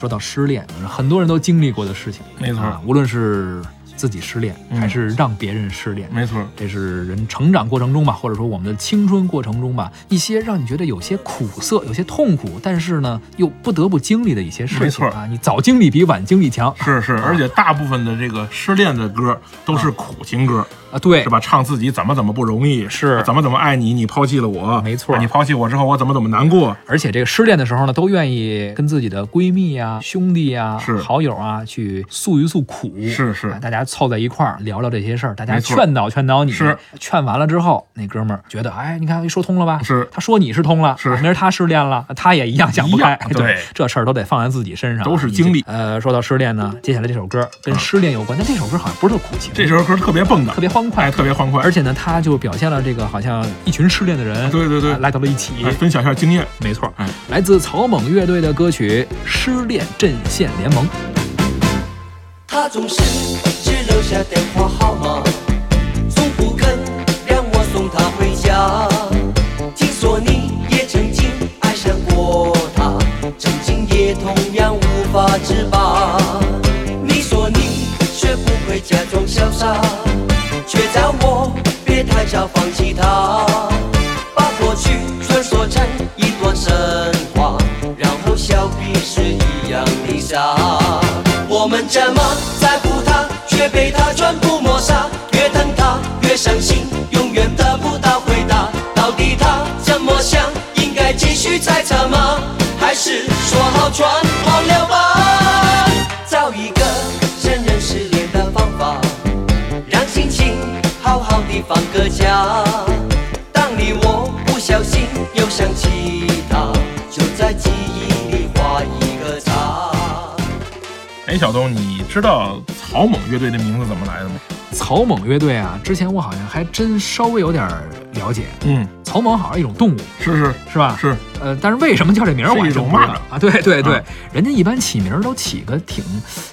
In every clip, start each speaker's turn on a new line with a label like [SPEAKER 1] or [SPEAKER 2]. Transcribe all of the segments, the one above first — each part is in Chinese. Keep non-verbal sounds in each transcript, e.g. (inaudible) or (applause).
[SPEAKER 1] 说到失恋，很多人都经历过的事情，
[SPEAKER 2] 没错
[SPEAKER 1] 啊无论是自己失恋，
[SPEAKER 2] 嗯
[SPEAKER 1] 还是让别人失恋，
[SPEAKER 2] 没错，
[SPEAKER 1] 这是人成长过程中吧，或者说我们的青春过程中吧，一些让你觉得有些苦涩、有些痛苦，但是呢又不得不经历的一些事
[SPEAKER 2] 没
[SPEAKER 1] 情
[SPEAKER 2] 错
[SPEAKER 1] 啊。你早经历比晚经历强
[SPEAKER 2] 是是，而且大部分的这个失恋的歌都是苦情歌，
[SPEAKER 1] 啊，对
[SPEAKER 2] 是？吧？唱自己怎么怎么不容易，
[SPEAKER 1] 是
[SPEAKER 2] 怎么怎么爱你，你抛弃了我，
[SPEAKER 1] 没错
[SPEAKER 2] 啊你抛弃我之后，我怎么怎么难过，
[SPEAKER 1] 而且这个失恋的时候呢，都愿意跟自己的闺蜜呀、兄弟呀、
[SPEAKER 2] 是
[SPEAKER 1] 好友啊去诉一诉苦，
[SPEAKER 2] 是是
[SPEAKER 1] 啊大家凑在一块儿聊聊这些事儿，大家
[SPEAKER 2] 没错
[SPEAKER 1] 劝导劝导你，
[SPEAKER 2] 是
[SPEAKER 1] 劝完了之后，那哥们儿觉得，哎，你看说通了吧？
[SPEAKER 2] 是
[SPEAKER 1] (laughs) 他说你是通了，
[SPEAKER 2] 是
[SPEAKER 1] 啊明儿他失恋了，他也一样想不开
[SPEAKER 2] 一。样
[SPEAKER 1] (laughs) 对
[SPEAKER 2] 对，
[SPEAKER 1] 这事儿都得放在自己身上，啊
[SPEAKER 2] 都是经历嗯
[SPEAKER 1] 呃，说到失恋呢，接下来这首歌跟失恋有关，但这首歌好像不是特苦情，
[SPEAKER 2] 这首歌特别蹦的
[SPEAKER 1] 特，别欢快
[SPEAKER 2] 哎，，特别欢快，
[SPEAKER 1] 而且呢，它就表现了这个好像一群失恋的人，
[SPEAKER 2] 对对对
[SPEAKER 1] 啊来到了一起，
[SPEAKER 2] 哎分享一下经验，
[SPEAKER 1] 没错，
[SPEAKER 2] 哎
[SPEAKER 1] 来自草蜢乐队的歌曲《失恋阵线联盟》。
[SPEAKER 3] 他总是只留下电话号码，从不肯让我送他回家。听说你也曾经爱上过他，曾经也同样无法自拔。你说你学不会假装潇洒，却叫我别太早放弃他。把过去穿梭成一段神话，然后笑彼此一样的傻。我们怎么在乎他，却被他全部抹杀？越疼他越伤心，永远得不到回答。到底他怎么想？应该继续猜测吗？还是说好全忘了吧？找一个承认失恋的方法。让心情好好的放个假。当你我不小心又想起他，就在记忆里画一个叉。
[SPEAKER 2] 哎，小东，你知道草蜢乐队的名字怎么来的吗？
[SPEAKER 1] 草蜢乐队啊，之前我好像还真稍微有点了解。
[SPEAKER 2] 嗯，
[SPEAKER 1] 草蜢好像一种动物，
[SPEAKER 2] 是是
[SPEAKER 1] 是吧？。
[SPEAKER 2] 是，
[SPEAKER 1] 呃，但是为什么叫这名儿，
[SPEAKER 2] 是
[SPEAKER 1] 我还
[SPEAKER 2] 一种
[SPEAKER 1] 真不知道
[SPEAKER 2] 蚂蚱
[SPEAKER 1] 啊？对对对
[SPEAKER 2] 啊，
[SPEAKER 1] 人家一般起名儿都起个挺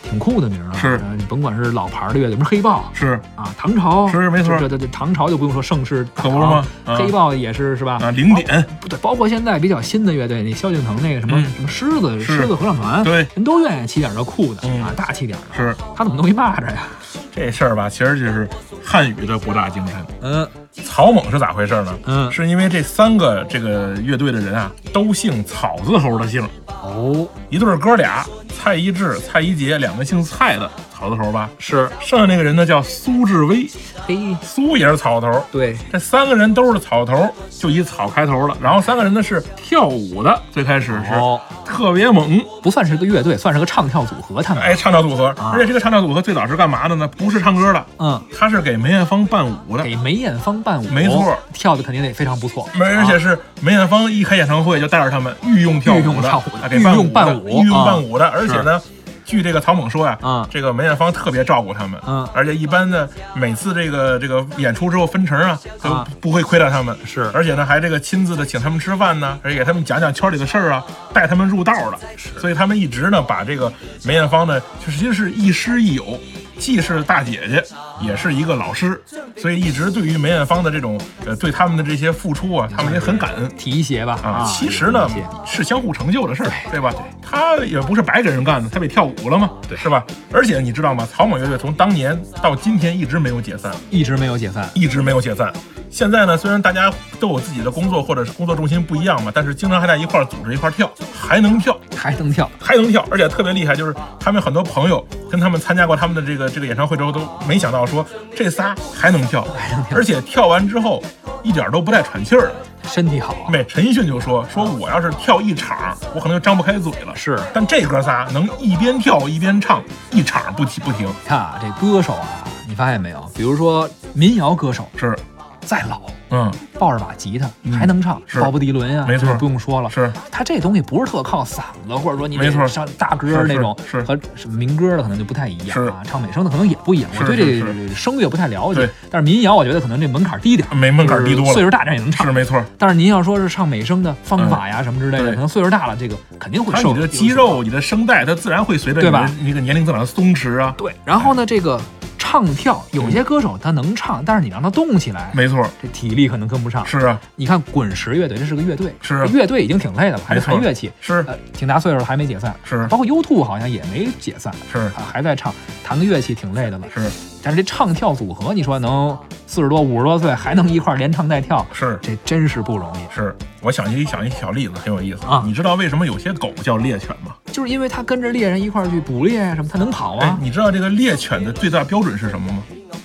[SPEAKER 1] 挺酷的名儿啊。
[SPEAKER 2] 是
[SPEAKER 1] 呃，你甭管是老牌儿的乐队，什么黑豹
[SPEAKER 2] 是
[SPEAKER 1] 啊，唐朝
[SPEAKER 2] 是没错
[SPEAKER 1] 这这这唐朝就不用说盛世，
[SPEAKER 2] 可不是吗
[SPEAKER 1] 唐
[SPEAKER 2] 啊
[SPEAKER 1] 黑豹也是是吧？
[SPEAKER 2] 啊，零点
[SPEAKER 1] 不对，包括现在比较新的乐队，那萧敬腾那个什么、
[SPEAKER 2] 嗯
[SPEAKER 1] 什么狮子
[SPEAKER 2] 是
[SPEAKER 1] 狮子合唱团，
[SPEAKER 2] 对
[SPEAKER 1] 人都愿意起点儿这酷的、
[SPEAKER 2] 嗯
[SPEAKER 1] 啊，大气点儿的。
[SPEAKER 2] 是
[SPEAKER 1] 他怎么弄一蚂蚱呀？
[SPEAKER 2] 这事儿吧，其实就是汉语的博大精深。
[SPEAKER 1] 嗯
[SPEAKER 2] 草蜢是咋回事呢？
[SPEAKER 1] 嗯
[SPEAKER 2] 是因为这三个这个乐队的人啊，都姓草字头的姓，
[SPEAKER 1] 哦，
[SPEAKER 2] 一对儿哥俩，蔡一智、蔡一杰，两个姓蔡的草字头吧。
[SPEAKER 1] 是
[SPEAKER 2] 剩下那个人呢叫苏志威，
[SPEAKER 1] 嘿，
[SPEAKER 2] 苏也是草头。
[SPEAKER 1] 对，
[SPEAKER 2] 这三个人都是草头，就以草开头了。然后三个人呢是跳舞的，最开始是、
[SPEAKER 1] 哦，
[SPEAKER 2] 特别猛，
[SPEAKER 1] 不算是个乐队，算是个唱跳组合，他们
[SPEAKER 2] 哎，唱跳组合。
[SPEAKER 1] 啊
[SPEAKER 2] 而且这个唱跳组合最早是干嘛的呢？不是唱歌的，
[SPEAKER 1] 嗯，
[SPEAKER 2] 他是给梅艳芳伴舞的。
[SPEAKER 1] 给梅艳芳伴舞，
[SPEAKER 2] 没错，
[SPEAKER 1] 跳的肯定得非常不错，啊
[SPEAKER 2] 没，而且是梅艳芳一开演唱会就带着他们御用跳舞的，
[SPEAKER 1] 御用跳舞的
[SPEAKER 2] 啊给伴
[SPEAKER 1] 御用伴舞啊
[SPEAKER 2] 舞的，御用伴舞的。而且呢，据这个曹猛说呀，
[SPEAKER 1] 嗯
[SPEAKER 2] 这个梅艳芳特别照顾他们，
[SPEAKER 1] 嗯
[SPEAKER 2] 而且一般呢，每次这个这个演出之后分成啊，都
[SPEAKER 1] 啊
[SPEAKER 2] 不会亏待他们，
[SPEAKER 1] 是
[SPEAKER 2] 而且呢，还这个亲自的请他们吃饭呢，而且给他们讲讲圈里的事儿啊，带他们入道的，所以他们一直呢把这个梅艳芳呢，就其实是亦师亦友。既是大姐姐，也是一个老师，所以一直对于梅艳芳的这种呃对他们的这些付出啊，他们也很感恩
[SPEAKER 1] 提携吧
[SPEAKER 2] 啊。其实呢
[SPEAKER 1] 提携，
[SPEAKER 2] 是相互成就的事儿，对吧？他也不是白给人干的，他被跳舞了嘛，对，是吧？而且你知道吗？草蜢乐队从当年到今天一直没有解散，
[SPEAKER 1] 一直没有解散，
[SPEAKER 2] 一直没有解散。现在呢，虽然大家都有自己的工作或者是工作重心不一样嘛，但是经常还在一块儿组织一块儿跳，还能跳，
[SPEAKER 1] 还能跳，
[SPEAKER 2] 还能跳，而且特别厉害，就是他们很多朋友跟他们参加过他们的这个这个演唱会之后，都没想到说这仨还能跳，而且跳完之后一点都不带喘气儿的。
[SPEAKER 1] 身体好啊，
[SPEAKER 2] 每陈奕迅就说说我要是跳一场，我可能就张不开嘴了。
[SPEAKER 1] 是
[SPEAKER 2] 但这哥仨能一边跳一边唱，一场不停不停。
[SPEAKER 1] 看啊，这歌手啊，你发现没有？比如说民谣歌手，
[SPEAKER 2] 是，
[SPEAKER 1] 再老
[SPEAKER 2] 嗯，
[SPEAKER 1] 抱着把吉他
[SPEAKER 2] 嗯
[SPEAKER 1] 还能唱，
[SPEAKER 2] 是
[SPEAKER 1] 鲍勃迪伦呀，
[SPEAKER 2] 没错
[SPEAKER 1] 这不用说了。
[SPEAKER 2] 是
[SPEAKER 1] 他这东西不是特靠嗓子，或者说你
[SPEAKER 2] 没错
[SPEAKER 1] 像大歌那种
[SPEAKER 2] 是是是
[SPEAKER 1] 和什么民歌的可能就不太一样啊，
[SPEAKER 2] 是
[SPEAKER 1] 唱美声的可能也不一样。我
[SPEAKER 2] 是
[SPEAKER 1] 对
[SPEAKER 2] 是
[SPEAKER 1] 这
[SPEAKER 2] 是
[SPEAKER 1] 声乐不太了解
[SPEAKER 2] 对，
[SPEAKER 1] 但是民谣我觉得可能这门槛低点儿，
[SPEAKER 2] 没门槛低多
[SPEAKER 1] 岁
[SPEAKER 2] 了，
[SPEAKER 1] 数大点儿也能
[SPEAKER 2] 是
[SPEAKER 1] 唱。
[SPEAKER 2] 没错。
[SPEAKER 1] 但是您要说是唱美声的方法呀什么之类的，
[SPEAKER 2] 对
[SPEAKER 1] 可能岁数大了，这个肯定会
[SPEAKER 2] 它
[SPEAKER 1] 受
[SPEAKER 2] 你的肌。肉、你的声带，它自然会随着你
[SPEAKER 1] 对吧
[SPEAKER 2] 的那个年龄增长松弛啊。
[SPEAKER 1] 对，然后呢，这个唱跳，有些歌手他能唱，但是你让他动起来，
[SPEAKER 2] 没错，
[SPEAKER 1] 这体力可能跟不上。
[SPEAKER 2] 是啊，
[SPEAKER 1] 你看滚石乐队，这是个乐队，
[SPEAKER 2] 是
[SPEAKER 1] 这乐队已经挺累的了，还
[SPEAKER 2] 没
[SPEAKER 1] 是
[SPEAKER 2] 错
[SPEAKER 1] 弹乐器，
[SPEAKER 2] 是
[SPEAKER 1] 呃，挺大岁数了还没解散，
[SPEAKER 2] 是
[SPEAKER 1] 包括 U2 好像也没解散，
[SPEAKER 2] 是
[SPEAKER 1] 啊，还在唱，弹个乐器挺累的了。
[SPEAKER 2] 是
[SPEAKER 1] 但是这唱跳组合，你说能四十多、五十多岁还能一块儿连唱带跳，
[SPEAKER 2] 是
[SPEAKER 1] 这真是不容易。
[SPEAKER 2] 是，我想起一想一小例子，很有意思
[SPEAKER 1] 啊
[SPEAKER 2] 你知道为什么有些狗叫猎犬吗？
[SPEAKER 1] 就是因为他跟着猎人一块儿去捕猎啊什么，他能跑
[SPEAKER 2] 哎
[SPEAKER 1] 啊，，
[SPEAKER 2] 你知道这个猎犬的最大标准是什么吗？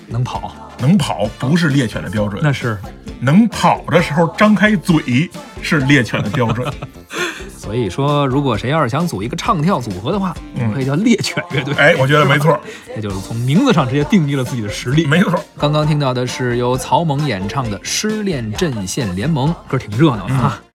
[SPEAKER 1] 能跑，
[SPEAKER 2] 能跑不是猎犬的标准，
[SPEAKER 1] 那是。
[SPEAKER 2] 能跑的时候张开嘴是猎犬的标
[SPEAKER 1] (laughs)
[SPEAKER 2] 准。
[SPEAKER 1] 所以说，如果谁要是想组一个唱跳组合的话，我们可以叫猎犬乐队。
[SPEAKER 2] 嗯哎，我觉得
[SPEAKER 1] (laughs)
[SPEAKER 2] 没错，
[SPEAKER 1] 这就是从名字上直接定义了自己的实力。
[SPEAKER 2] 没错，
[SPEAKER 1] 刚刚听到的是由曹猛演唱的《失恋阵线联盟》，歌挺热闹的啊。